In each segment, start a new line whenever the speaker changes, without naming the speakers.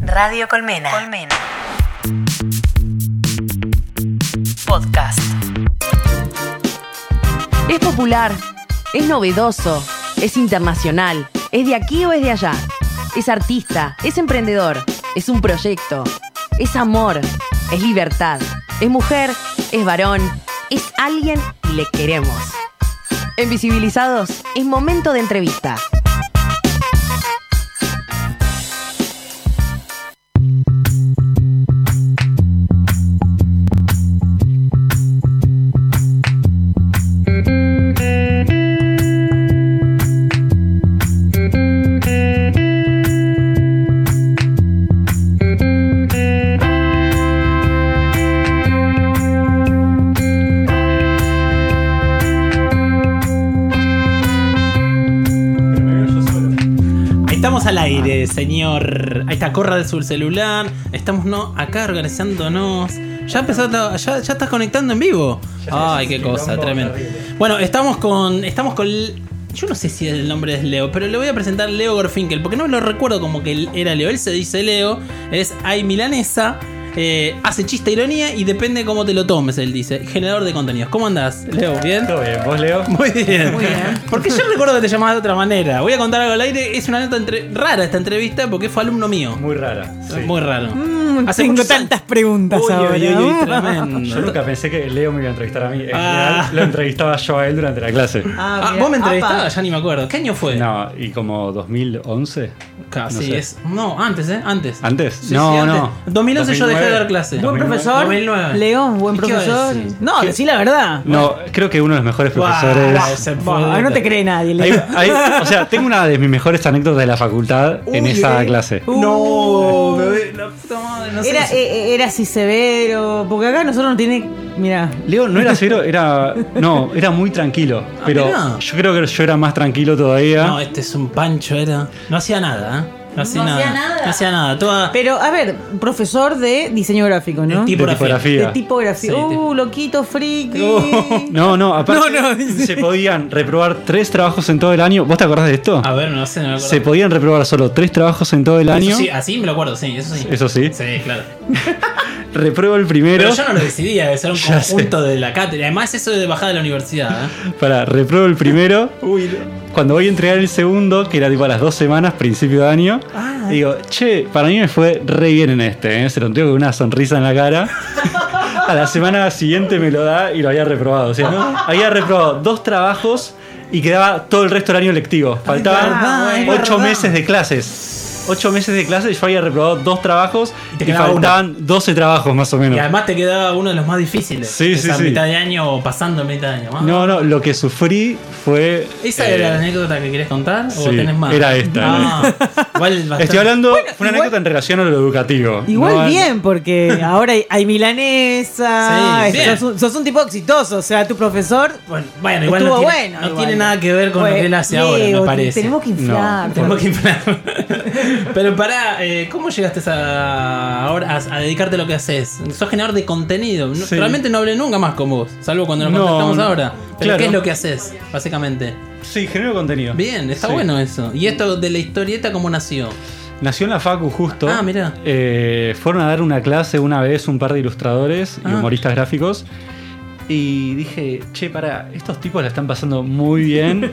Radio Colmena. Colmena. Podcast.
Es popular, es novedoso, es internacional, es de aquí o es de allá. Es artista, es emprendedor, es un proyecto, es amor, es libertad, es mujer, es varón, es alguien y le queremos. En Visibilizados es momento de entrevista.
Ahí estamos al aire, señor. Ahí está, corra de su celular. Estamos no, acá organizándonos. Ya empezó a- ya, ya estás conectando en vivo. Ay, qué cosa, tremendo. Bueno, estamos con. Estamos con. Yo no sé si el nombre es Leo, pero le voy a presentar Leo Gorfinkel, porque no lo recuerdo como que él era Leo. Él se dice Leo, es Ay Milanesa, eh, hace chiste ironía y depende cómo te lo tomes, él dice. Generador de contenidos. ¿Cómo andás, Leo? ¿Bien?
Todo bien, vos Leo.
Muy bien.
Muy bien.
Porque yo recuerdo que te llamabas de otra manera. Voy a contar algo al aire. Es una nota entre- rara esta entrevista porque fue alumno mío.
Muy rara. sí.
Muy raro.
Hace
muchos años-
Mm, tantas preguntas
Uy,
ahora.
uy, uy, uy,
¿no?
tremendo.
Yo nunca pensé que Leo me iba a entrevistar a mí. En
Ah.
general, lo entrevistaba yo a él durante la clase.
Ah, vos me entrevistabas, ya ni me acuerdo. ¿Qué año fue?
No, y como 2011.
Casi
no sé.
es. No, antes, ¿eh? Antes.
¿Antes?
Sí,
no,
sí, antes.
no.
2011 yo dejé de
2009.
dar clase.
Buen
2009.
profesor.
2009.
Leo, buen
¿Y qué iba a
profesor.
decir?
No,
¿Qué?
decí la verdad.
No, creo que uno de los mejores profesores.
Buah, se fue.
Bah, no te cree nadie,
Ahí-
Leo.
ahí- o sea, tengo una de mis mejores anécdotas de la facultad en
Uy,
esa
eh.
clase.
No, bebé, la puta madre, no sé.
Era, eh, eh, era así severo. Porque acá nosotros no tiene. Mira.
Leo no era cero, era. No, era muy tranquilo.
Ah,
Pero
mirá.
yo creo que yo era más tranquilo todavía.
No, este es un pancho, era. No hacía nada, ¿eh? No hacía
No
nada.
hacía nada.
No hacía nada. Toda
Pero, a ver, profesor de diseño gráfico, ¿no?
De
de
tipografía.
tipografía.
De tipografía.
Sí,
uh, loquito, friki.
No, no, aparte
No, no, dice.
se podían reprobar tres trabajos en todo el año. ¿Vos te acordás de esto?
a ver, no sé, no Ah, me acuerdo.
Se podían reprobar solo tres trabajos en todo el
Eso
año.
sí, así me lo acuerdo, sí, eso sí.
Eso sí.
Sí, claro.
Repruebo el primero.
Pero yo no lo decidía, eso era un
Ya sé.
conjunto de la cátedra. Además, eso de bajada de la universidad. ¿eh?
Para, repruebo el primero.
Uy,
Cuando voy a entregar el segundo, que era tipo a las dos semanas, principio de año,
Ah.
digo, che, para mí me fue re bien en este, ¿eh? se lo entrego con una sonrisa en la cara. A la semana siguiente me lo da y lo había reprobado. O sea, había reprobado dos trabajos y quedaba todo el resto del año lectivo.
verdad,
Faltaban
es
ocho
verdad.
meses de clases. Ocho meses de clases, yo había reprobado dos trabajos
te
y,
quedaba uno.
faltaban 12 trabajos más o menos.
Y además te quedaba uno de los más difíciles.
Sí, sí,
esa
sí.
mitad de año o pasando mitad de año. ¿ah?
No, no, lo que sufrí fue.
¿Esa
eh,
era la anécdota que querés contar? ¿O
sí,
tenés más?
era esta,
Ah, igual bastante-
Estoy hablando. fue una
igual-
anécdota en relación a lo educativo.
Igual
No,
bien, porque ahora hay, hay milanesa.
Sí, bien.
sos, un, sos un tipo exitoso. O sea, tu profesor.
Bueno, bueno, igual no
estuvo
tiene,
bueno,
no
igual.
tiene nada que ver con lo que él hace ahora,
Leo,
me parece.
Tenemos que inflar.
Tenemos que inflar. Pero pará, eh, ¿cómo llegaste a, ahora a, a dedicarte a lo que haces? Sos generador de contenido. No-
Sí.
Realmente no hablé nunca más con vos, salvo cuando nos
No,
contactamos
no.
ahora. Pero
Claro.
¿qué es lo que haces, básicamente?
Sí, genero contenido.
Bien, está
Sí.
bueno eso. ¿Y esto de la historieta cómo nació?
Nació en la Facu justo.
Ah, mirá.
Eh, fueron a dar una clase una vez un par de ilustradores y
Ah.
humoristas gráficos. Y dije, che, para, estos tipos la están pasando muy bien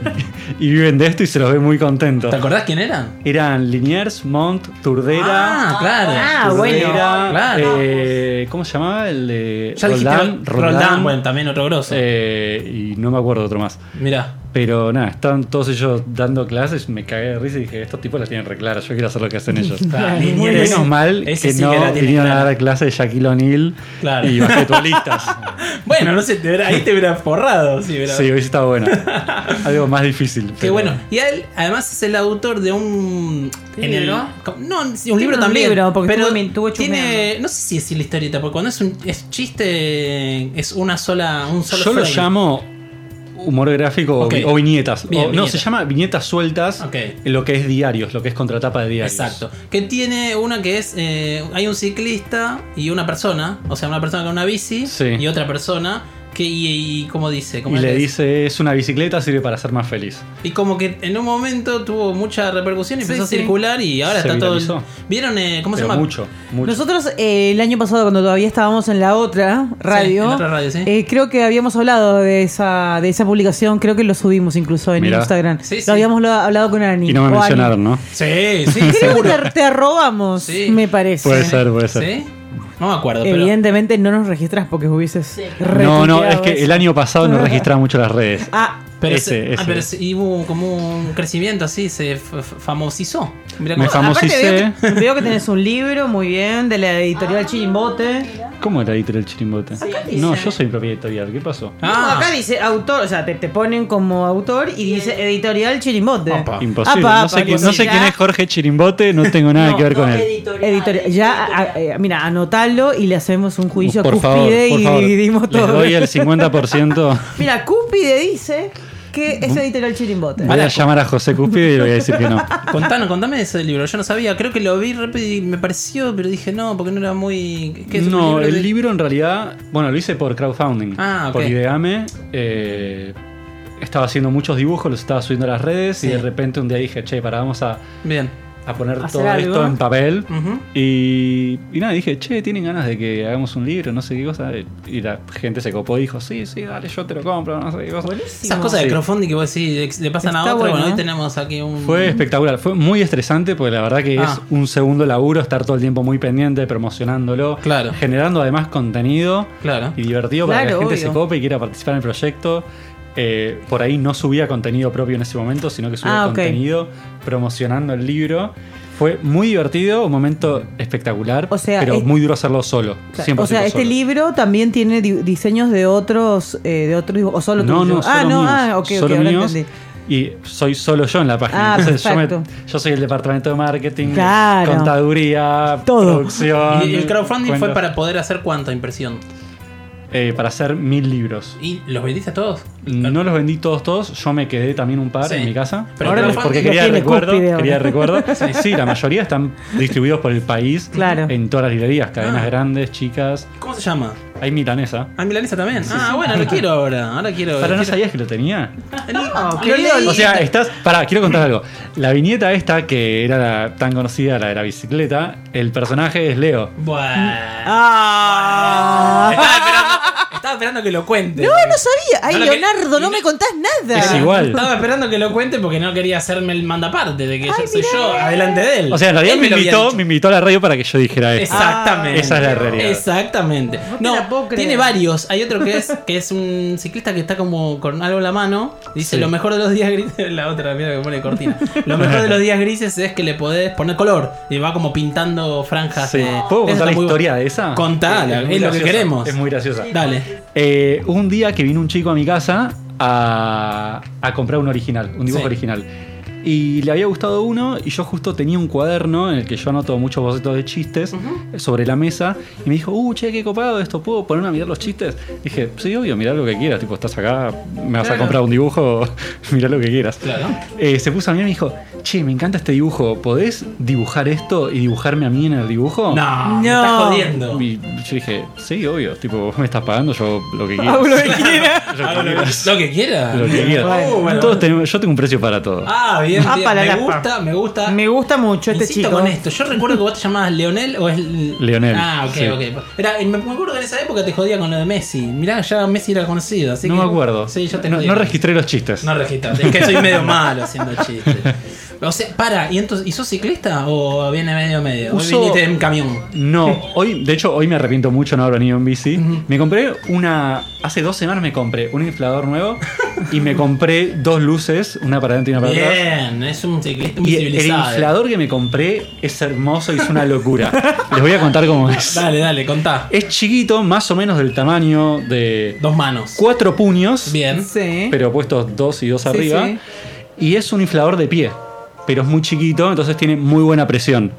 y viven de esto y se los ve muy contentos.
¿Te acordás quién era?
Eran Liniers, Montt, Turdera.
Ah, claro.
Ah,
Turdera,
bueno.
Claro.
eh, ¿Cómo se llamaba? El de
ya dijiste Roldán, bueno, también otro grosso.
eh, y no me acuerdo otro más.
Mirá.
Pero nada, estaban todos ellos dando clases, me cagué de risa y dije, estos tipos la tienen reclara, yo quiero hacer lo que hacen ellos.
Ah,
Y
Liniers.
Menos mal
Ese
que
sí
no
la tiene
vinieron
clara.
a dar clases de Shaquille O'Neal
Claro.
y basquetbolistas.
Bueno, no sé, te hubiera- ahí te hubiera forrado. Sí, hubiera-
sí, hubiese estado bueno. Algo más difícil.
Qué
pero-
bueno. Y él, además, es el autor de un.
¿Un
en el-
libro?
com- no, sí, un libro
un
también.
libro, porque
pero
estuve- estuve
tiene.
chusmeando.
No sé si es la historieta, porque cuando es un es chiste, es una sola. Un solo
Yo lo
frame.
llamo humor gráfico o
Ok.
vi- o viñetas.
Bien,
O- no,
viñeta.
se llama viñetas sueltas,
Ok.
lo que es diarios, lo que es contratapa de diarios.
Exacto. Que tiene una que es. eh, hay un ciclista y una persona. O sea, una persona con una bici
Sí.
y otra persona. que, y, y cómo dice, ¿Cómo
Y
era
le
que
dice, es una bicicleta, sirve para ser más feliz.
Y como que en un momento tuvo mucha repercusión y
Sí,
empezó
sí.
a circular y ahora
Se
está todo.
viralizó.
¿Vieron eh, cómo
Pero
se llama?
mucho, mucho.
Nosotros eh, el año pasado, cuando todavía estábamos en la otra radio,
en la otra radio, sí.
eh, creo que habíamos hablado de esa, de esa publicación, creo que lo subimos incluso en
Mirá.
Instagram.
Sí, sí.
Lo habíamos lo- hablado con Ani.
Y no me
o Ani.
mencionaron, ¿no?
Sí, sí,
Creo que
seguro.
te, te arrobamos,
Sí.
me parece.
Puede ser, puede ser.
¿Sí? No me
Eh,
acuerdo, pero.
Evidentemente no nos registras porque hubieses.
No, no,
retuiteado
es que
eso.
el año pasado no registraba mucho las redes.
Ah,
Pero,
Ese,
se- ah,
ese.
pero se- y hubo como un crecimiento así, se f- f- famosizó. Mirá
Me
cómo-
famo- Vamos,
aparte veo
Ise.
que, veo que tenés un libro muy bien de la editorial Chirimbote.
¿Cómo era Dieter el chirimbote? No, yo soy mi propia editorial. ¿Qué pasó?
No,
Ah,
Uh, acá dice autor, o sea, te, te ponen como autor y dice editorial Chirimbote.
Opa.
Imposible.
Apa,
no, sé
apa,
quién, no sé
ya.
quién es Jorge Chirimbote, no tengo nada que ver con él.
Editorial, ya, a- eh, mira, anotalo y le hacemos un juicio a
por
Cúspide
favor,
y
por favor.
dividimos
Les
todo.
doy el 50%.
Mira, Cúspide dice que es editorial Chirimbote.
Voy a llamar a José Cúspide y le voy a decir que no.
contanos, ah. contame ese libro. Yo no sabía, creo que lo vi rápido y me pareció, pero dije no, porque no era muy. ¿qué es un
No, el
de-
libro en realidad, bueno, lo hice por crowdfunding.
Ah, ok.
Por Ideame. eh, estaba haciendo muchos dibujos, los estaba subiendo a las redes
Sí.
y de repente un día dije, che, para, vamos a,
Bien.
a poner
Hacer
todo
algo.
esto en papel.
Ujú.
Y, y nada, dije, che, tienen ganas de que hagamos un libro, no sé qué cosa. Y la gente se copó y dijo, sí, sí, dale, yo te lo compro, no sé qué cosa.
Esas cosas de
Sí.
crowdfunding que vos decís, le pasan a
Está
otro.
bueno,
Bueno, hoy
¿eh?
tenemos aquí un.
Fue espectacular, fue muy estresante porque la verdad que
Ah.
es un segundo laburo estar todo el tiempo muy pendiente, promocionándolo,
Claro.
generando además contenido
Claro.
y divertido para que la
Claro,
gente
obvio.
se cope y quiera participar en el proyecto. Eh, por ahí no subía contenido propio en ese momento, sino que subía
Ah, ok.
contenido promocionando el libro. Fue muy divertido, un momento espectacular,
O sea,
pero
es-
muy duro hacerlo solo.
Claro.
100%
O sea, este
solo.
libro también tiene di- diseños de otros, eh, de otros o solo
No,
tuyo.
no, solo
ah, no,
míos,
ah, ok,
solo
ok, ahora
míos.
entendí.
Y soy solo yo en la página.
Ah,
Entonces yo, me-
perfecto.
yo soy el departamento de marketing,
Claro.
contaduría,
Todo.
producción.
Y el crowdfunding fue
cuentas.
para poder hacer cuánta impresión.
Eh, para hacer mil libros.
¿Y los vendiste a todos?
No los vendí todos, todos. Yo me quedé también un par
Sí.
en mi casa.
Pero ahora
porque-
los
porque
fans-
quería
los tiene
recuerdo.
Cúspide ahora.
Quería recuerdo. Sí, la mayoría están distribuidos por el país.
Claro.
En todas las librerías, cadenas
Ah.
grandes, chicas.
¿Cómo se llama?
Hay milanesa.
Ah, Milanesa también. ah, bueno, lo quiero ahora. Ahora quiero.
Para, ¿no
quiero-
sabías que lo tenía?
No,
qué
leí.
O sea, estás. Pará, quiero contar algo. La viñeta esta, que era la- tan conocida, la de la bicicleta, el personaje es Leo.
Bueno.
Ah.
Estaba esperando, estaba esperando que lo cuente.
No, no sabía. Ay,
No, lo que-
Leonardo, no me contás nada.
Es igual.
Estaba esperando que lo cuente porque no quería hacerme el mandaparte de que yo soy yo adelante de él.
O sea, en realidad
Él
me
lo había
invitó,
dicho.
me invitó a la radio para que yo dijera esto.
Exactamente.
Ah, esa es la realidad.
Exactamente.
No te
No,
la puedo creer.
tiene varios. Hay otro que es que es un ciclista que está como con algo en la mano. Dice,
Sí.
lo mejor de los días grises... La otra, mira que pone cortina. Lo mejor de los días grises es que le podés poner color. Y va como pintando franjas.
Sí.
de-
¿Puedo
Eso
contar
está
la
muy
historia
bueno.
de esa?
Contala,
muy
es lo que
graciosa,
queremos.
Es muy graciosa.
Dale.
Eh, un día que vino un chico a mi casa a, a comprar un original, un dibujo
Sí.
original. Y le había gustado uno y yo justo tenía un cuaderno en el que yo anoto muchos bocetos de chistes sobre la mesa. Y me dijo, uh, che, qué copado esto, ¿puedo ponerme a mirar los chistes? Dije, sí, obvio, mirá lo que quieras. Tipo, estás acá, me vas a comprar un dibujo, mirá lo que quieras.
Claro.
Eh, se puso a mí y me dijo, che, me encanta este dibujo, ¿podés dibujar esto y dibujarme a mí en el dibujo?
No, me
No.
estás jodiendo.
Y yo dije, sí, obvio, tipo, vos me estás pagando, yo lo que quieras.
Hago lo que quiera.
Yo
Hago lo,
quieras.
que, lo que quiera.
Lo que quieras.
Uh, bueno.
Todos tenemos- yo tengo un precio para todo.
Ah, bien,
Ah,
bien.
para
Me
la-
gusta, me gusta.
Me gusta mucho este
Insisto
chico.
con esto. Yo recuerdo que vos te llamabas Leonel o es.
Leonel,
Ah, ok,
sí.
ok. Era, me me acuerdo que en esa época te jodía con lo de Messi. Mirá, ya Messi era conocido. Así
no
que-
me acuerdo.
Sí, yo te
no,
jodía.
no registré los chistes.
No registraste. Es que soy medio malo haciendo chistes. O sea, para, ¿y entonces, ¿y sos ciclista o viene medio medio? Hoy
Uso-
viniste en camión.
No, hoy, de hecho, hoy me arrepiento mucho no haber venido en bici. Me compré una. Hace dos semanas me compré un inflador nuevo y me compré dos luces, una para adelante y una para atrás.
Bien, eh. es un ciclista muy
Y el
civilizado.
inflador que me compré es hermoso y es una locura. Les voy a contar cómo es.
Dale, dale, contá.
Es chiquito, más o menos del tamaño de
Dos manos.
cuatro puños,
Bien.
Sí.
pero puestos dos y dos
Sí,
arriba.
sí.
Y es un inflador de pie, pero es muy chiquito, entonces tiene muy buena presión.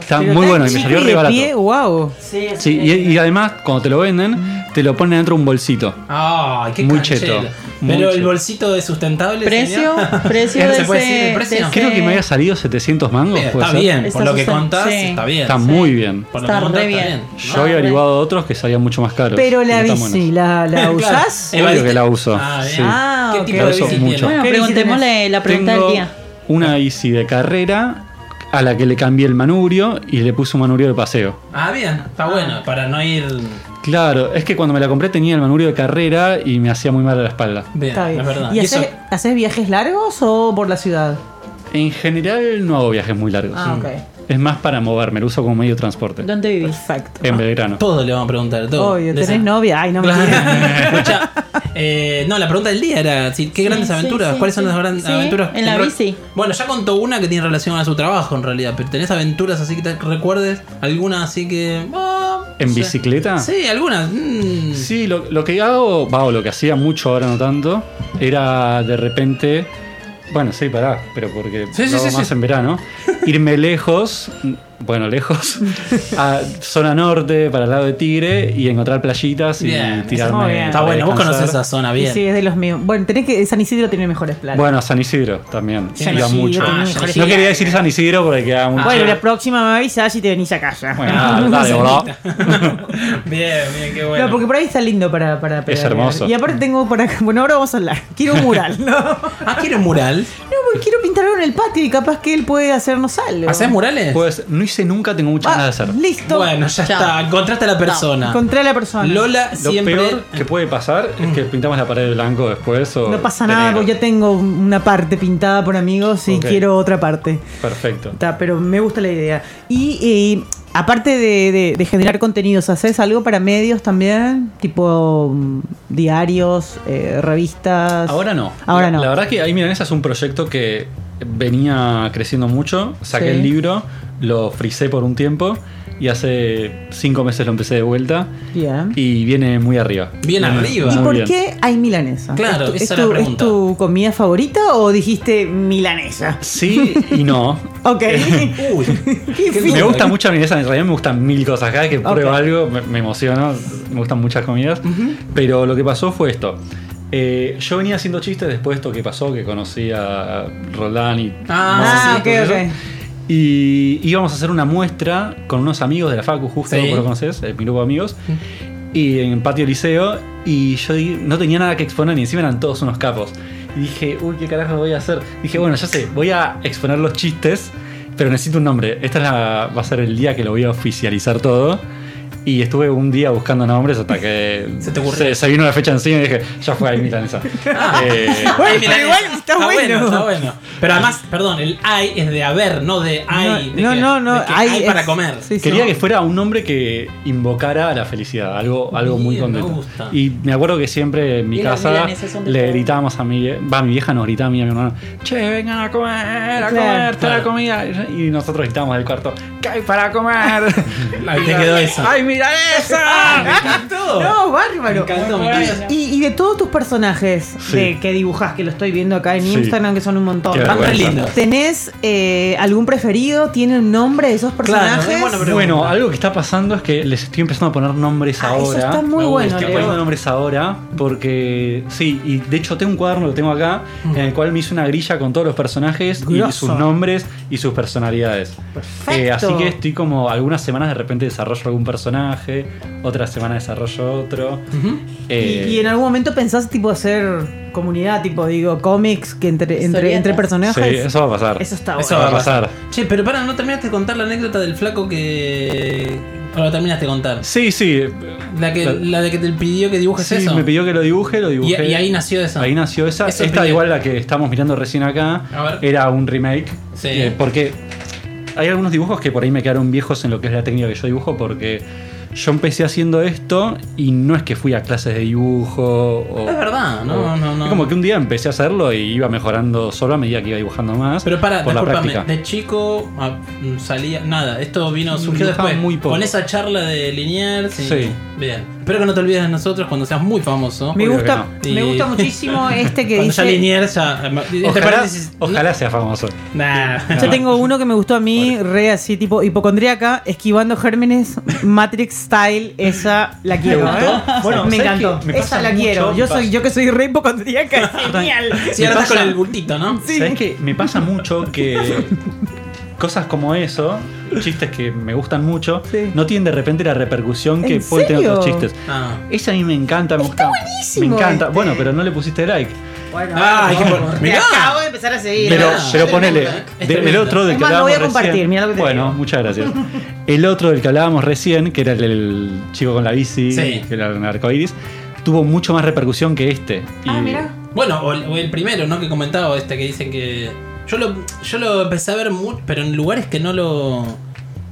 Está
Pero
muy
tan
bueno y me
chico
salió
y
re
de
barato.
pie, wow.
Sí, y, y además, cuando te lo venden, te lo ponen dentro de un bolsito.
Ay, qué
Muy
canchero.
cheto, muy
Pero el
cheto.
bolsito es sustentable.
Precio,
señor?
precio
¿Se
de
puede
ese-
decir el precio?
de ese-
Creo que me había salido 700 mangos. ¿puede
Está
ser?
bien,
Está
por lo que
susten-
contás,
sí.
está bien.
Está muy bien.
Por lo
Está
que contás,
re
está
bien.
Yo
¿no?
había averiguado otros que salían mucho más caros.
Pero
y
la
están
bici,
buenos.
¿la, la
Claro.
usás?
Obvio
¿Evadiste?
que la uso,
Ah, bien.
sí.
Ah,
¿Qué
ok.
tipo
La
de
uso
bici
mucho.
tiene?
Bueno,
¿Qué
preguntémosle la pregunta
Tengo
del día.
Una bici de carrera a la que le cambié el manubrio y le puse un manubrio de paseo.
Ah, bien, está bueno, para no ir.
Claro, es que cuando me la compré tenía el manubrio de carrera y me hacía muy mal a la espalda.
Bien,
Está bien.
es verdad.
¿Y,
Y eso-
haces, haces viajes largos o por la ciudad?
En general no hago viajes muy largos.
Ah, ok.
Es más para moverme, lo uso como medio de transporte.
¿Dónde vivís?
Perfecto.
En Belgrano.
Todo le vamos a preguntar, todo.
Em, Obvio,
De
¿tenés
esa-
novia? Ay, no me
Claro. Escucha, eh, no, la pregunta del día era: si- ¿qué grandes
sí,
aventuras?
sí,
¿Cuáles son
sí.
las grandes
Sí,
aventuras?
en la
Tendrá-
bici.
Bueno, ya contó una que tiene relación a su trabajo en realidad, pero ¿tenés aventuras así que te recuerdes? ¿Alguna así que.? ah,
¿En
no sé.
bicicleta?
Sí, algunas. mm.
Sí, lo, lo que hago, va, o lo que hacía mucho, ahora no tanto, era de repente. Bueno, sí, pará, pero porque
Sí, sí,
lo hago
sí,
más
sí.
en verano. Irme lejos, bueno, lejos, a zona norte, para el lado de Tigre, y encontrar playitas y
Bien,
muy
tirarme.
bien.
Está
a
bueno, vos
descansar.
conocés esa zona bien.
Sí, es de los míos. Bueno, tenés que. San Isidro tiene mejores planes.
Bueno, San Isidro también.
San
iba
Isidro
mucho.
tiene
Ah,
mejores
no quería decir San Isidro porque quedaba mucho.
Bueno, la próxima me avisás y te venís a casa.
Bueno, dale, dale, boludo.
bien, bien, qué bueno.
No, porque por ahí está lindo para, para pedalear.
hermoso.
Y aparte tengo por acá. Bueno, ahora vamos a hablar. Quiero un mural, ¿no? No,
Ah, quiero un mural.
porque quiero pintarlo en el patio y capaz que él puede hacernos algo.
¿Hacés murales?
Pues no hice nunca, tengo muchas ganas de
Ah,
hacer.
listo.
bueno, ya
Chao.
está. Encontraste a la persona.
Encontré a la persona.
Lola
Lo
siempre.
peor que puede pasar es que pintamos la pared de blanco después. O
ah. No pasa
de
nada
negro.
porque yo tengo una parte pintada por amigos y
Ok.
quiero otra parte.
Perfecto.
Está, pero me gusta la idea. Y eh, aparte de, de- de generar contenidos, ¿haces algo para medios también? Tipo mm, diarios, eh, revistas.
Ahora no.
Ahora no.
La verdad que ahí Milanesa es un proyecto que venía creciendo mucho. Saqué
Sí.
el libro, lo frisé por un tiempo y hace cinco meses lo empecé de vuelta
Bien.
y viene muy arriba.
Bien
Viene
arriba.
¿Y
muy
por
bien.
qué hay milanesa?
Claro,
¿Es tu,
esa
es
era
tu-
la pregunta.
¿Es tu comida favorita o dijiste milanesa?
Sí y no.
Ok.
Uy.
Qué fin.
Me gusta mucho la milanesa, en realidad me gustan mil cosas. Cada vez que pruebo
¿eh? Ok.
algo me, me emociono, me gustan muchas comidas. Pero lo que pasó fue esto. Eh, yo venía haciendo chistes después de esto que pasó, que conocí a Roldán y...
Ah,
Ah,
sí,
ok,
todo eso.
ok.
Y íbamos a hacer una muestra con unos amigos de la Facu, justo
Sí.
por lo conoces, el mi grupo de amigos, y en patio liceo. Y yo di- no tenía nada que exponer, y encima eran todos unos capos. Y dije, uy, ¿qué carajo voy a hacer? Dije, bueno, ya sé, voy a exponer los chistes, pero necesito un nombre. Esta es la- va a ser el día que lo voy a oficializar todo. Y estuve un día buscando nombres hasta que
Se te ocurrió.
se vino la fecha encima y dije, ya fue ahí, milanesa. Eh,
Ay,
Bueno,
Ah, mira,
pero igual está bueno.
Está bueno. Pero además, perdón, el ay es de haber, no de ay. de
no,
que-
no, no,
de que
ay
hay para
es-
comer.
sí, sí.
Quería que fuera un nombre que invocara a la felicidad, algo, algo muy
Bien, me
contento.
gusta.
Y me acuerdo que siempre en mi
Y las
casa
milanesas son de
le
todo.
gritábamos a mi vie- va, mi vieja nos gritaba a mí y a mi hermano, che, vengan a comer, a
Claro,
comer, trae
claro.
la comida. Y nosotros gritábamos del cuarto, ¿qué hay para comer?
Ahí te quedó esa.
¡Ay, mira
Ah,
esa!
encantó.
No, bárbaro.
Me encantó, me encantó.
Y, y de todos tus personajes
Sí.
de- que dibujas, que lo estoy viendo acá en
Sí.
Instagram, que son un montón.
Qué
Están re
vergüenza.
lindos.
¿Tenés eh, algún preferido? ¿Tienen nombre de esos personajes?
es buena pregunta.
Bueno, algo que está pasando es que les estoy empezando a poner nombres
Ah, eso
ahora.
está muy
Me
bueno,
gusta. Estoy
Leo.
poniendo nombres ahora porque sí, y de hecho tengo un cuaderno que tengo acá en el cual me hice una grilla con todos los personajes y
Mm. Grosso.
sus nombres y sus personalidades. Eh, así que estoy como algunas semanas de repente desarrollo algún personaje, otras semanas desarrollo otro.
Ujú.
¿Y,
Eh,
y en algún momento pensás tipo hacer comunidad, tipo digo cómics que entre, entre,
Historietas.
entre
sí,
personajes?
eso va a pasar.
Eso está
Eso va
bueno.
a
va a
pasar.
pasar.
Che, pero para, no terminaste de contar la anécdota del flaco que. O lo terminaste de contar.
Sí, sí.
La, que, la de que te pidió que dibujes
Sí,
eso.
me pidió que lo dibuje, lo
y,
dibujé.
y ahí nació eso.
Ahí nació esa.
Eso
Esta,
primero.
igual la que estamos mirando recién acá,
A ver.
era un remake.
Sí.
Eh, porque hay algunos dibujos que por ahí me quedaron viejos en lo que es la técnica que yo dibujo, porque yo empecé haciendo esto y no es que fui a clases de dibujo. O,
Es verdad, no,
o-
no, no.
Es como que un día empecé a hacerlo y iba mejorando solo a medida que iba dibujando más.
Pero para,
por la
discúlpame,
práctica.
de chico ah, mm, salía. Nada, esto vino, surgió
Dibujaba
después.
muy poco.
Con esa charla de Liniers. y-
Sí.
Bien. Espero que no te olvides de nosotros cuando seas muy famoso.
Me
Obvio que
gusta,
no.
me
Y-
gusta muchísimo este que
cuando ya
dice.
Liniers ya. entre
Ojalá,
este paréntesis,
ojalá sea famoso.
Nah.
Yo tengo uno que me gustó a mí, re así, tipo hipocondríaca, esquivando gérmenes, Matrix Style, esa la quiero.
gustó?
¿eh?
Bueno,
me
¿sabes
encantó.
qué? Me
esa
pasa
la
mucho,
quiero. Yo
me
soy,
pasa.
yo que soy re hipocondríaca, es genial.
Sí, ahora estás con el bultito, ¿no?
Sí.
¿Sabes qué? Me pasa mucho que cosas como eso, chistes que me gustan mucho,
Sí.
no tienen de repente la repercusión que
¿En
pueden tener otros
serio?
chistes.
Ah.
Esa a mí me encanta, me gusta.
buenísimo
me encanta.
este.
Bueno, pero no le pusiste like.
Bueno,
Ah, hay que
bueno,
pon-
te
mirá.
acabo de empezar a seguir.
Pero,
¿verdad?
pero
este
Yo
ponele,
tengo-
Es
de- el
tremendo.
otro del
Es
que
más, lo
hablábamos
voy a compartir,
recién.
mirá lo que te
Bueno,
digo.
muchas gracias. El otro del que hablábamos recién, que era el, el chico con la bici,
Sí.
que era un arcoiris, tuvo mucho más repercusión que este.
Ah,
Y-
mirá.
Bueno, o el, o el primero, ¿no? Que comentaba este que dicen que. Yo lo, yo lo empecé a ver mucho, pero en lugares que no lo.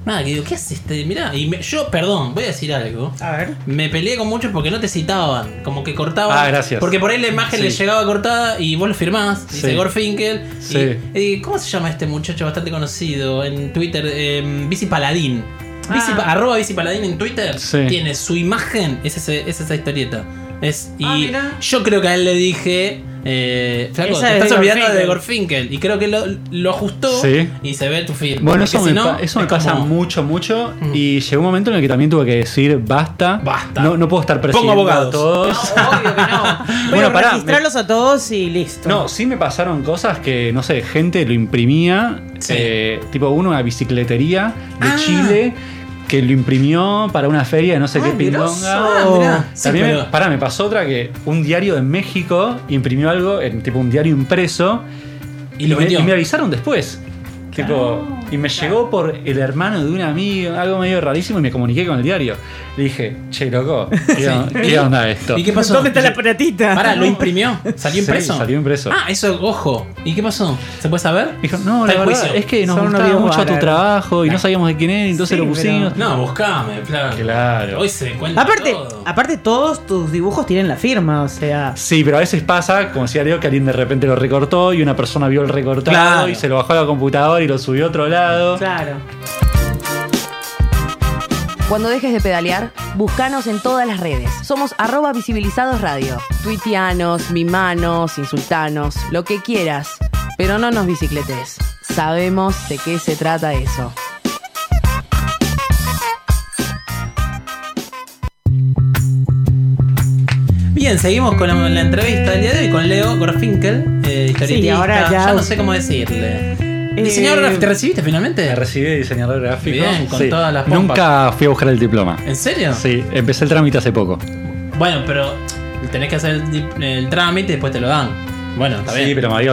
Nada, que digo, ¿qué haces este? Mirá, y me- yo, perdón, voy a decir algo.
A ver.
Me peleé con muchos porque no te citaban, como que cortaban.
Ah, gracias.
Porque por ahí la imagen
Sí.
le llegaba cortada y vos lo firmás, dice
Sí.
Gorfinkel. y-
Sí.
Y, ¿Cómo se llama este muchacho bastante conocido en Twitter? Em, Bici Paladín. Bici-
Ah.
arroba Bici Paladín en Twitter.
Sí.
Tiene su imagen, es, ese- es esa historieta. Es, y
Ah, mirá.
yo creo que a él le dije. Eh, flaco,
Esa
te
es
estás
de
olvidando
Gorfinkel.
de Gorfinkel. Y creo que lo, lo ajustó
Sí.
y se ve tu firma.
Bueno,
Porque
eso,
si
me,
no,
pa- eso me
es
pasa
como,
mucho, mucho.
Mm.
Y llegó un momento en el que también tuve que decir basta.
Basta.
No, no puedo estar
Pongo
persiguiendo a
abogados.
todos.
Obvio que no.
Bueno,
Bueno,
pará,
registrarlos a todos y listo.
No, sí me pasaron cosas que, no sé, gente lo imprimía.
Sí.
eh, tipo, uno, una bicicletería de
Ah.
Chile que lo imprimió para una feria de no sé
Ah,
qué
grosso.
pindonga.
Ah, mirá. Sí,
También,
pero-
me- pará, me pasó otra que un diario de México imprimió algo, en, tipo un diario impreso,
Y lo
me,
vendió.
me avisaron después. Tipo, y me llegó por el hermano de un amigo, algo medio rarísimo, y me comuniqué con el diario. Le dije, che, loco, ¿qué, on- qué onda esto?
¿Y qué pasó?
¿Dónde está la aparatita?
Pará, lo imprimió. ¿Salió
Sí,
impreso?
salió impreso.
Ah, eso, ojo. ¿Y qué pasó? ¿Se puede saber?
Dijo, no,
Está
la
en
verdad
juicio.
es que nos
Son unos
gustaba
videos
mucho tu
baratos.
trabajo y no sabíamos de quién era, entonces
Sí,
lo pusimos.
No, buscame, claro.
Claro.
Hoy se cuenta.
Aparte,
todo.
aparte todos tus dibujos tienen la firma, o sea.
Sí, pero a veces pasa, como decía Leo, que alguien de repente lo recortó y una persona vio el recortado
Claro.
y se lo bajó a la computadora y lo subió a otro lado.
Claro.
Cuando dejes de pedalear, buscanos en todas las redes. Somos arroba visibilizados radio. Tuiteanos, mimanos, insultanos, lo que quieras. Pero no nos bicicletes. Sabemos de qué se trata eso.
Bien, seguimos con la, la entrevista del día de hoy con Leo Gorfinkel, eh, historietista.
Sí, ahora ya-
no sé cómo decirle. Diseñador
Eh,
gráfico, ¿te recibiste finalmente?
Me recibí de diseñador gráfico.
Bien, con todas las pompas.
Nunca fui a buscar el diploma.
¿En serio?
Ah. Sí, empecé el trámite hace poco.
Bueno, pero tenés que hacer el, dip- el trámite y después te lo dan. Bueno, está
Sí,
bien.
pero me había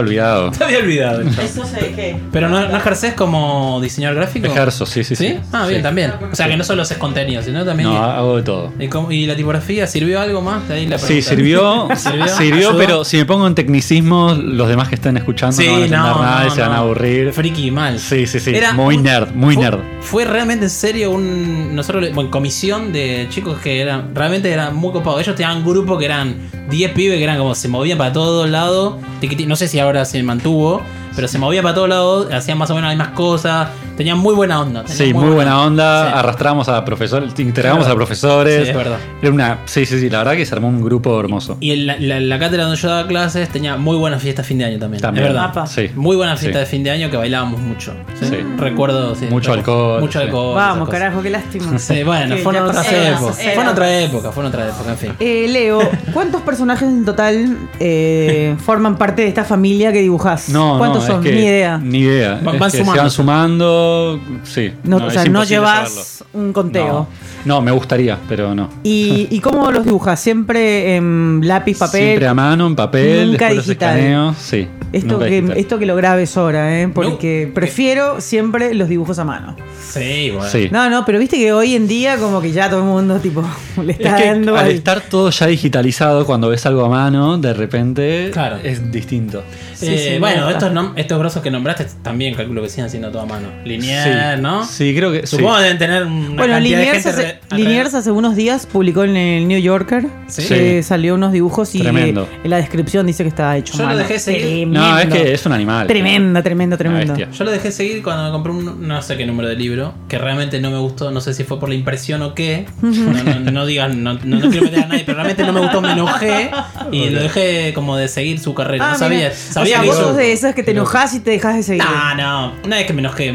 olvidado.
Te había olvidado.
Eso sé que.
Pero no, no ejerces como diseñador gráfico.
Ejerzo, sí, sí,
¿Sí?
sí.
Ah, bien,
Sí.
también. O sea, que no solo haces contenido, sino también.
No, hago de todo.
¿Y, cómo- y la tipografía sirvió algo más? De ahí la
Sí,
pregunta.
sirvió,
¿Sirvió?
sirvió,
¿Ayudó?
pero si me pongo en tecnicismos, los demás que están escuchando no van a
Sí,
entender
no,
nada y
no,
se van a
no.
aburrir.
Friki mal.
Sí, sí, sí,
Era
muy
un-
nerd, muy
fue-
nerd.
Fue realmente en serio un. Nosotros, le- bueno, comisión de chicos que eran. Realmente eran muy copados. Ellos tenían un grupo que eran 10 pibes que eran como. Se movían para todos lados. tiquitín. No sé si ahora se mantuvo. Pero se movían para todos lados. Hacían más o menos las mismas cosas. Tenían muy buena onda. tenían
Sí, muy buena onda,
Sí.
arrastramos a profesores, integramos a profesores.
Sí, es verdad.
Era una, sí, sí, sí, la verdad que se armó un grupo hermoso.
Y en la, la- la cátedra donde yo daba clases tenía muy buenas fiestas fin de año también.
También.
Es verdad.
Apa.
Sí.
Muy buena fiesta
Sí.
de fin de año que bailábamos mucho. ¿sí?
Sí.
Recuerdo, sí, recuerdo.
Mucho alcohol,
Mucho
sí.
alcohol.
Vamos,
esas cosas.
carajo, qué lástima.
Sí, bueno,
Que
fue en
ya
otras
pasó.
épocas. Fue
Era,
en
era.
otra época, fue en otra época, en fin.
Eh, Leo, ¿cuántos personajes en total eh, forman parte de esta familia que dibujás?
No,
¿Cuántos
no, es
son?
que-
Ni idea.
Ni idea.
Van-
Es
van
que
sumando.
Se van sumando, sí.
No, o
es
sea, no
imposible
llevas
saberlo.
un conteo.
No. no, me gustaría, pero no.
¿Y, y cómo los dibujas? ¿Siempre en lápiz, papel?
Siempre a mano, en papel,
Nunca
después
digital.
los escaneos, sí.
Esto
nunca
que,
digital.
esto que lo grabes ahora, ¿eh? porque
No.
prefiero siempre los dibujos a mano.
Sí, bueno.
Sí.
No, no, pero viste que hoy en día como que ya todo el mundo tipo le
Es
está
que
dando
al
al-
estar todo ya digitalizado, cuando ves algo a mano, de repente
Claro.
es distinto.
Sí, sí,
bueno,
me gusta.
estos, nom- estos grosos que nombraste también calculo que siguen siendo todo a mano. Linier,
Sí.
¿no?
Sí, creo que sí.
Supongo que deben tener una
Bueno,
cantidad de
Liniers
gente
es,
Hace alrededor-
Liniers hace unos días publicó en el New Yorker
Sí.
que salió unos dibujos y
Tremendo.
eh, en la descripción dice que está hecho
Yo
a
lo
mano.
dejé seguir.
No, es que es un animal.
Tremendo, tremendo,
Una
tremendo.
bestia.
Yo lo dejé seguir cuando me compré un no sé qué número de libro, que realmente no me gustó, no sé si fue por la impresión o qué. No, no- no digan, no, no- no quiero meter a nadie, pero realmente no me gustó, me enojé y lo dejé como de seguir su carrera.
Ah,
no sabía,
mira.
sabía
o sea,
que
vos
hizo-
sos de esas que te enojas y te dejas de seguir.
No, no, una vez que me enojé.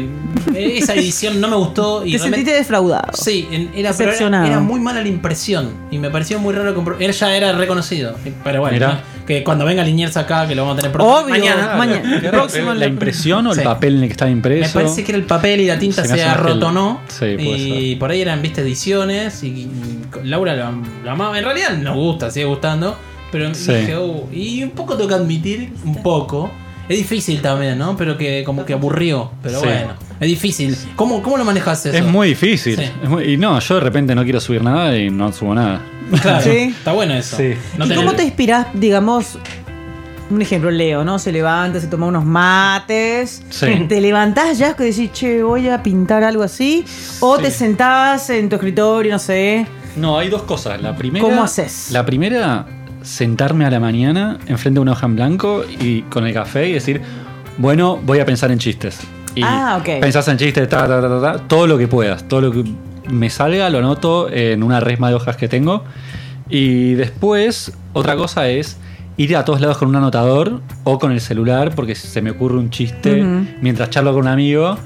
Esa edición no me gustó y
te
realmente-
sentiste defraudado.
Sí, en- era, pero era,
Decepcionado.
era muy mala la impresión y me pareció muy raro. compro- Él ya era reconocido, pero bueno,
Mirá.
¿no? que cuando venga Liniers acá, que lo vamos a tener pronto.
Obvio.
Mañana.
Mañana.
Claro,
Próximo
la
la-
impresión o el
Sí.
papel en el que estaba
Me
impreso.
parece que era el papel y la tinta
Se me
se,
hace más que el-
arrotonó.
Sí, puede
y por ahí eran, viste, ediciones. Y, y Laura la, la amaba. En realidad nos gusta, sigue gustando. Pero
Sí.
dije, "Uh", y un poco tengo que admitir, un poco. Es difícil también, ¿no? Pero que como que aburrió. Pero
Sí.
bueno, es difícil. ¿Cómo, cómo lo manejas eso?
Es muy difícil.
Sí.
Es muy- y no, yo de repente no quiero subir nada y no subo nada.
Claro,
Sí.
está bueno eso.
Sí.
No
¿Y
tener-
cómo te inspirás, digamos, un ejemplo, Leo, ¿no? Se levanta, se toma unos mates.
Sí.
Te levantás ya que decís, che, voy a pintar algo así. O te sentás en tu escritorio, no sé.
No, hay dos cosas. La primera.
¿Cómo haces?
La primera, sentarme a la mañana enfrente de una hoja en blanco y con el café y decir, bueno, voy a pensar en chistes. Y
Ah, ok.
Pensás en chistes, ta, ta, ta, ta, ta, todo lo que puedas, todo lo que me salga lo anoto en una resma de hojas que tengo. Y después, otra cosa es ir a todos lados con un anotador o con el celular, porque si se me ocurre un chiste
Ujú.
mientras charlo con un amigo.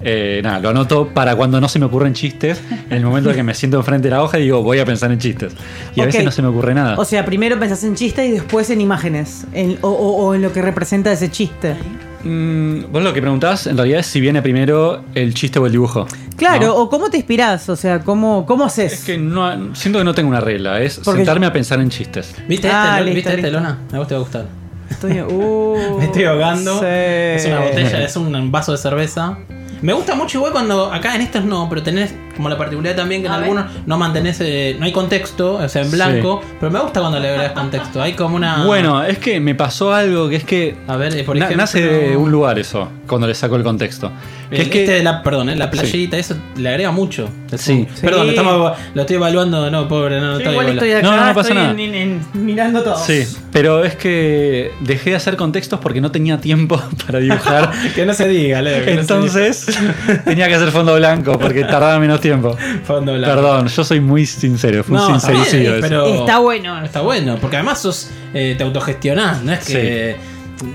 eh, nada, lo anoto para cuando no se me ocurren chistes. En el momento en que me siento enfrente de la hoja, digo, voy a pensar en chistes. Y a
Ok.
veces no se me ocurre nada.
O sea, primero pensás en chistes y después en imágenes. en- o, o- o en lo que representa ese chiste.
Mm, vos lo que preguntás en realidad es si viene primero el chiste o el dibujo.
Claro,
¿no?
o cómo te inspirás, o sea, cómo, cómo haces.
Es que no, siento que no tengo una regla, es
Porque
sentarme a pensar en chistes.
¿Viste
Ah,
este, Lo-
listo,
¿viste este,
listo.
Lona? A vos te va a gustar.
Estoy, uh,
Me estoy ahogando.
sí.
Es una botella, es un vaso de cerveza. Me gusta mucho igual cuando acá en estos no, pero tenés como la particularidad también que en
A ver.
algunos no mantenés, eh, no hay contexto, o sea, en blanco, pero me gusta cuando le agregas contexto. Hay como una
Bueno, es que me pasó algo que es que
a ver, eh, Ah. por
na-
ejemplo,
nace de un lugar eso, cuando le saco el contexto. Que
el-
es que
este de la, perdón, eh, la playita, eso le agrega mucho. Es un-
Sí.
Perdón,
Sí.
estamos- lo estoy evaluando, no, pobre, no, no
Yo
estoy
igual
evaluando.
estoy acá,
No, no, no pasa
estoy
nada.
en- en- en- mirando todo.
Sí, pero es que dejé de hacer contextos porque no tenía tiempo para dibujar.
Que no se diga, Leo, que no se
Entonces tenía que hacer fondo blanco porque tardaba menos
diga.
tiempo.
Fondo blanco.
Perdón, yo soy muy sincero, fue un
No, está bien, eh,
sincericidio eso.
pero-
Está bueno.
Está bueno, porque además sos, eh, te autogestionás, no es que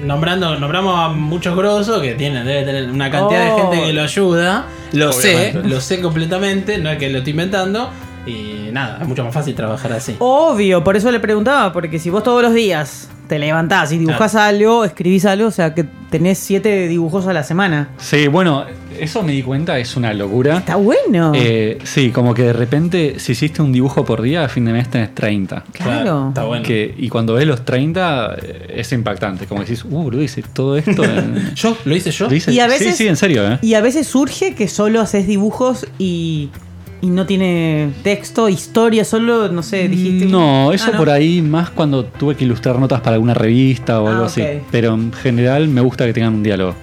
nombrando, nombramos a muchos grosos que tienen, debe tener una cantidad
Oh.
de gente que lo ayuda. Lo sé,
Obviamente.
lo sé completamente, no es que lo estoy inventando. Y nada, es mucho más fácil trabajar así.
Oh, Obvio, por eso le preguntaba, porque si vos todos los días te levantás y dibujás algo, escribís algo, o sea que tenés siete dibujos a la semana.
Sí, bueno, eso me di cuenta, es una locura.
Está bueno.
Eh, sí, como que de repente, si hiciste un dibujo por día, a fin de mes tenés 30.
claro.
Está bueno.
Que, y cuando ves los 30, eh, es impactante. Como que decís, uh, boludo, hice todo esto. en-
Yo, lo hice yo.
lo hice-
Y a veces-
Sí, sí, en serio, ¿eh?
Y a veces surge que solo haces dibujos y, y no tiene texto, historia, solo, no sé, eh, dijiste.
No, eso
Ah, ¿no?
por ahí más cuando tuve que ilustrar notas para alguna revista o
Ah,
algo
ok.
así. Pero en general me gusta que tengan un diálogo.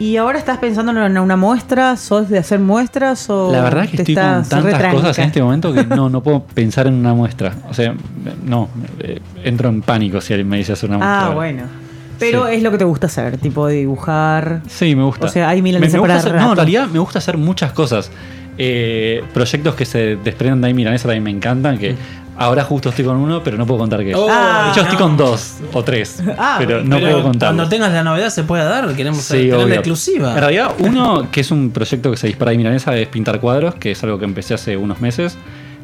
¿Y ahora estás pensando en una muestra? ¿Sos de hacer muestras? O
La verdad que
Oh, te
estoy con
estás
tantas
retranca?
cosas en este momento que no, no puedo pensar en una muestra. O sea, no, eh, entro en pánico si alguien me dice hacer una muestra.
Ah, bueno. Pero
Sí.
es lo que te gusta hacer, tipo dibujar.
Sí, me gusta.
O sea, hay
me,
milanesas
me gusta
para
hacer-
rato.
No, en realidad me gusta hacer muchas cosas. Eh, proyectos que se desprenden de ahí milanesa también me encantan,
Mm.
que ahora justo estoy con uno, pero no puedo contar qué es.
Oh,
Ah,
De hecho, estoy
no.
con dos o tres,
Ah,
pero no
Pero
puedo contar.
Cuando tengas la novedad se puede dar, queremos tener la exclusiva.
En realidad, uno que es un proyecto que se dispara ahí milanesa es pintar cuadros, que es algo que empecé hace unos meses,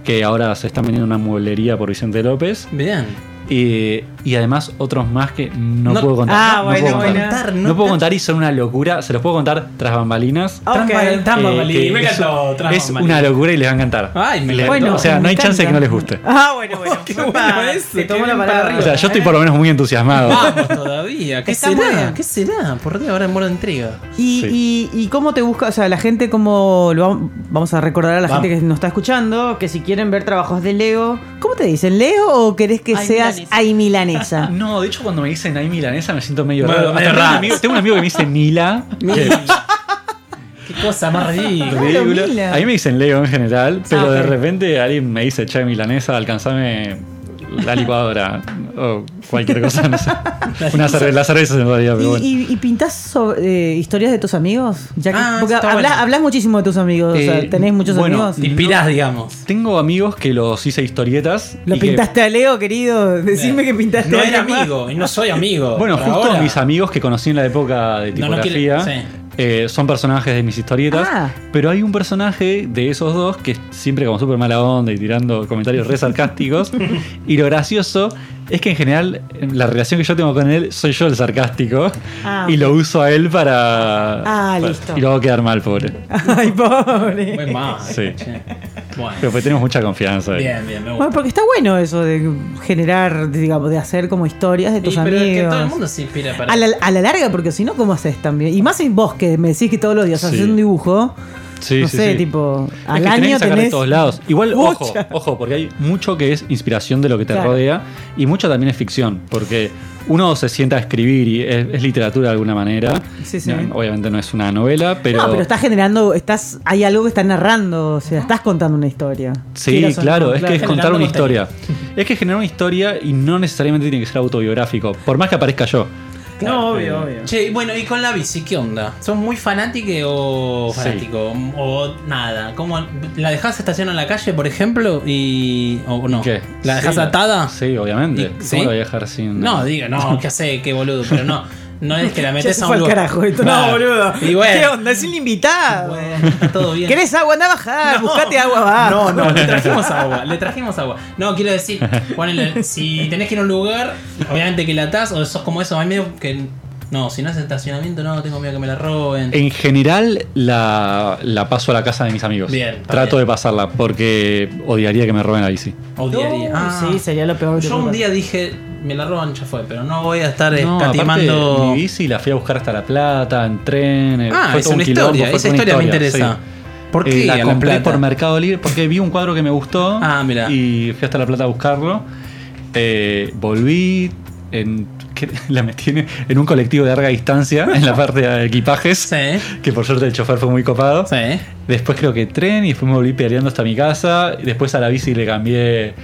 que ahora se está vendiendo en una mueblería por Vicente López.
Bien.
Y, Eh, y además otros más que no,
No-
puedo contar.
Ah,
no
bueno,
puedo
bueno.
contar.
Contar,
No,
no
puedo
te-
contar y son una locura. Se los puedo contar tras bambalinas.
Ah, ok.
Trampa- trampa,
Eh,
Valí,
que
me
es-
encantó, trampa,
Es
Valí.
una locura y les va a encantar.
Ay, me
Le-
encantó.
o sea, no
me
hay chance de que no
encanta.
les guste.
Ah, bueno, bueno.
Qué bueno eso,
te
qué
tomo la
bien
palabra.
para
O sea, yo estoy por lo menos muy entusiasmado.
Vamos todavía. ¿Qué
Está muy
será?
bien.
¿Qué será? Por Dios, ahora muero de intriga.
¿Y, y, y cómo te busca? O sea, la gente, ¿cómo lo vam- vamos a recordar a la
Vamos.
gente que nos está escuchando? Que si quieren ver trabajos de Leo, ¿cómo te dicen? ¿Leo o querés que
Ay,
seas
milanesa.
ay milanesa?
No, de hecho, cuando me dicen ahí milanesa me siento medio
Bueno,
raro.
medio
Hasta tengo un
raro.
amigo- Tengo un amigo que me dice Mila. que-
Qué cosa más ridícula.
Ridículo.
Mila.
A mí me dicen Leo en general, pero
Ah, ok.
de repente alguien me dice, che, milanesa, alcanzame la licuadora o cualquier cosa, no sé. Una cerve la cerveza en realidad,
¿Y,
pero bueno.
y- y pintás sobre, eh, historias de tus amigos? Ya que,
Ah,
porque
está
hablas,
bueno.
hablas muchísimo de tus amigos, o
Eh,
sea, tenés muchos
bueno,
amigos.
Te inspirás, digamos.
Tengo amigos que los hice historietas.
¿Lo
y que-
pintaste a Leo, querido? Decime que pintaste
No
a
era
Leo.
amigo, y no soy amigo.
Bueno,
Por
justo
ahora.
mis amigos que conocí en la época de
No, no quiere-
tipografía
sí.
eh, son personajes de mis historietas.
Ah.
Pero hay un personaje de esos dos que es siempre como súper mala onda y tirando comentarios re sarcásticos. y lo gracioso es que en general la relación que yo tengo con él soy yo el sarcástico.
Ah.
Y lo uso a él para.
Ah,
para-
listo.
Y lo va a quedar mal, pobre.
Ay, pobre.
Muy mal.
Sí.
che. Bueno.
Pero pues tenemos mucha confianza. ahí.
Bien, bien, me gusta.
Bueno, porque está bueno eso de generar, digamos, de hacer como historias de tus
Y, pero
amigos.
es que todo el mundo se inspira para.
a, la, a la larga, porque si no, ¿cómo haces también? Y más en vos, que me decís que todos los días
Sí.
haces un dibujo.
Sí,
no
sí,
sé,
sí.
tipo,
Es
al
que tenés
año
que sacar de
tenés...
todos lados. Igual, ojo,
Mucha.
ojo, porque hay mucho que es inspiración de lo que te
Claro.
rodea y mucho también es ficción, porque uno se sienta a escribir y es, es literatura de alguna manera.
Sí, sí.
No, obviamente no es una novela, pero.
No, pero estás generando, estás, hay algo que estás narrando, o sea, estás contando una historia.
Sí,
Quieras o no,
claro, es que es contar
Generando
una
contenido.
historia. Es que generar una historia y no necesariamente tiene que ser autobiográfico, por más que aparezca yo.
No, obvio, obvio.
Che, bueno, ¿y con la bici qué onda? ¿Son muy fanáticos o
Sí.
fanático? ¿O nada? ¿Cómo la dejás estacionada en la calle, por ejemplo? y ¿O no?
¿Qué?
¿La dejás
Sí,
atada?
Sí, obviamente.
Y-
¿Cómo
¿sí?
la voy a dejar sin.?
No, digo, no, qué sé, qué boludo, pero no. No es que la
Ya
metes
se
a
fue
un
al
lugar.
carajo esto.
Claro.
No, boludo.
Y bueno,
¿Qué onda? Es un invitado.
bueno, está todo bien.
¿Querés agua? Anda a bajar. Buscate agua abajo.
No, no, le trajimos agua, le trajimos agua. No, quiero decir, ponele, si tenés que ir a un lugar, obviamente que la atás, o sos como eso, hay medio que. No, si no es estacionamiento, no, tengo miedo que me la roben.
En general la, la paso a la casa de mis amigos.
Bien, está
Trato
bien.
de pasasla porque odiaría que me roben la bici.
Odiaría. Ah.
Sí, sería lo peor. que
Yo un
puede
día dije, me la roban, ya fue, pero no voy a estar
No,
escatimando.
aparte, mi bici la fui a buscar hasta La Plata, en tren. eh,
ah,
fue
es
todo
una
un quilombo,
historia,
fue
esa
toda una
historia me interesa.
sí.
¿Por
Eh,
qué? a
la
La
compré
Plata?
por Mercado Libre porque vi un cuadro que me gustó
Ah, mirá.
y fui hasta La Plata a buscarlo. Eh, volví, en, que- la metí en, en un colectivo de larga distancia en la parte de equipajes,
Sí,
que por suerte el chofer fue muy copado.
sí.
Después creo que tren y después me volví peleando hasta mi casa. Después a la bici le cambié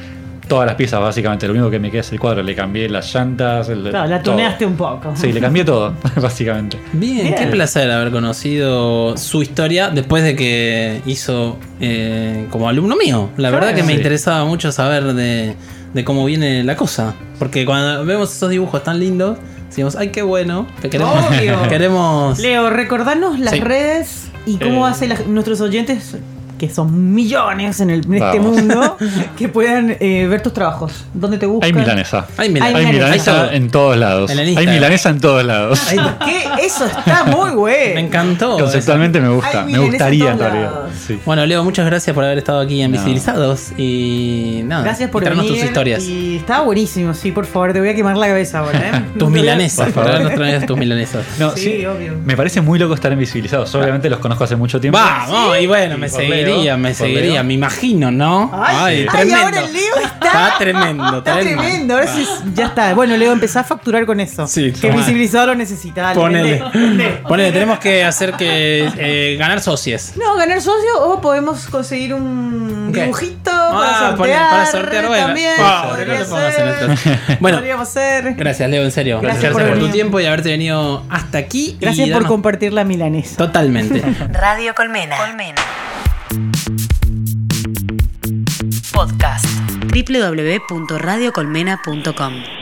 todas las piezas, básicamente. Lo único que me queda es el cuadro. Le cambié las llantas. el-
pasar. Claro, la
todo.
tuneaste un poco.
Sí, le cambié todo, básicamente.
Bien, qué placer haber conocido su historia después de que hizo eh, como alumno mío. La verdad que me
Sí.
interesaba mucho saber de, de cómo viene la cosa. Porque cuando vemos esos dibujos tan lindos, decimos, ay, qué bueno. que Queremos.
Obvio.
queremos
Leo, recordanos las
Sí.
redes y cómo
Eh.
hacen las- nuestros oyentes, que son millones en, el- en este
Vamos.
mundo, que puedan eh, ver tus trabajos. ¿Dónde te buscan?
Hay milanesa.
Ay,
Hay
milanesa.
Hay
milanesa.
milanesa en todos lados.
En el
Hay
Instagram.
milanesa en todos lados.
Ay,
¿Qué? Eso está muy güey.
Me encantó.
Conceptualmente me
Hay
gusta. Me
milanesa en
gustaría en
todos
realidad.
lados.
Sí.
Bueno, Leo, muchas gracias por haber estado aquí en
No.
Visibilizados y nada.
Gracias por
y traernos
venir.
tus historias.
Y estaba buenísimo, sí, por favor, te voy a quemar la cabeza ahora, ¿eh?
Tus milanesas,
Por
por
favor.
habernos traído tus milanesas.
No,
Sí,
sí,
obvio.
Me parece muy loco estar invisibilizados. Obviamente los conozco hace mucho tiempo.
Vamos, y bueno,
Y
me
por
seguiría,
Leo,
me
por
seguiría,
Leo.
me imagino, ¿no?
Ay, ay, ahora el Leo está.
Está tremendo,
Está
tremendo.
tremendo, ahora sí, ya está. Bueno, Leo, empezá a facturar con eso.
Sí,
que el
toma.
visibilizador lo necesita. dale,
Ponele.
vende, vende.
Ponele, tenemos que hacer que eh, ganar socios.
No, ganar socio o podemos conseguir un
¿Qué?
dibujito
Ah,
para sortear.
ponele, para sortear, bueno.
también.
Ah,
podría
no te pongas
ser.
en entonces. Bueno.
Podríamos ser.
Gracias, Leo, en serio.
Gracias
por
por tu
venir.
tiempo y haberte venido hasta aquí. y
Gracias por
darnos-
compartir la milanesa.
Totalmente.
Radio Colmena. Colmena. Podcast.
www.radiocolmena.com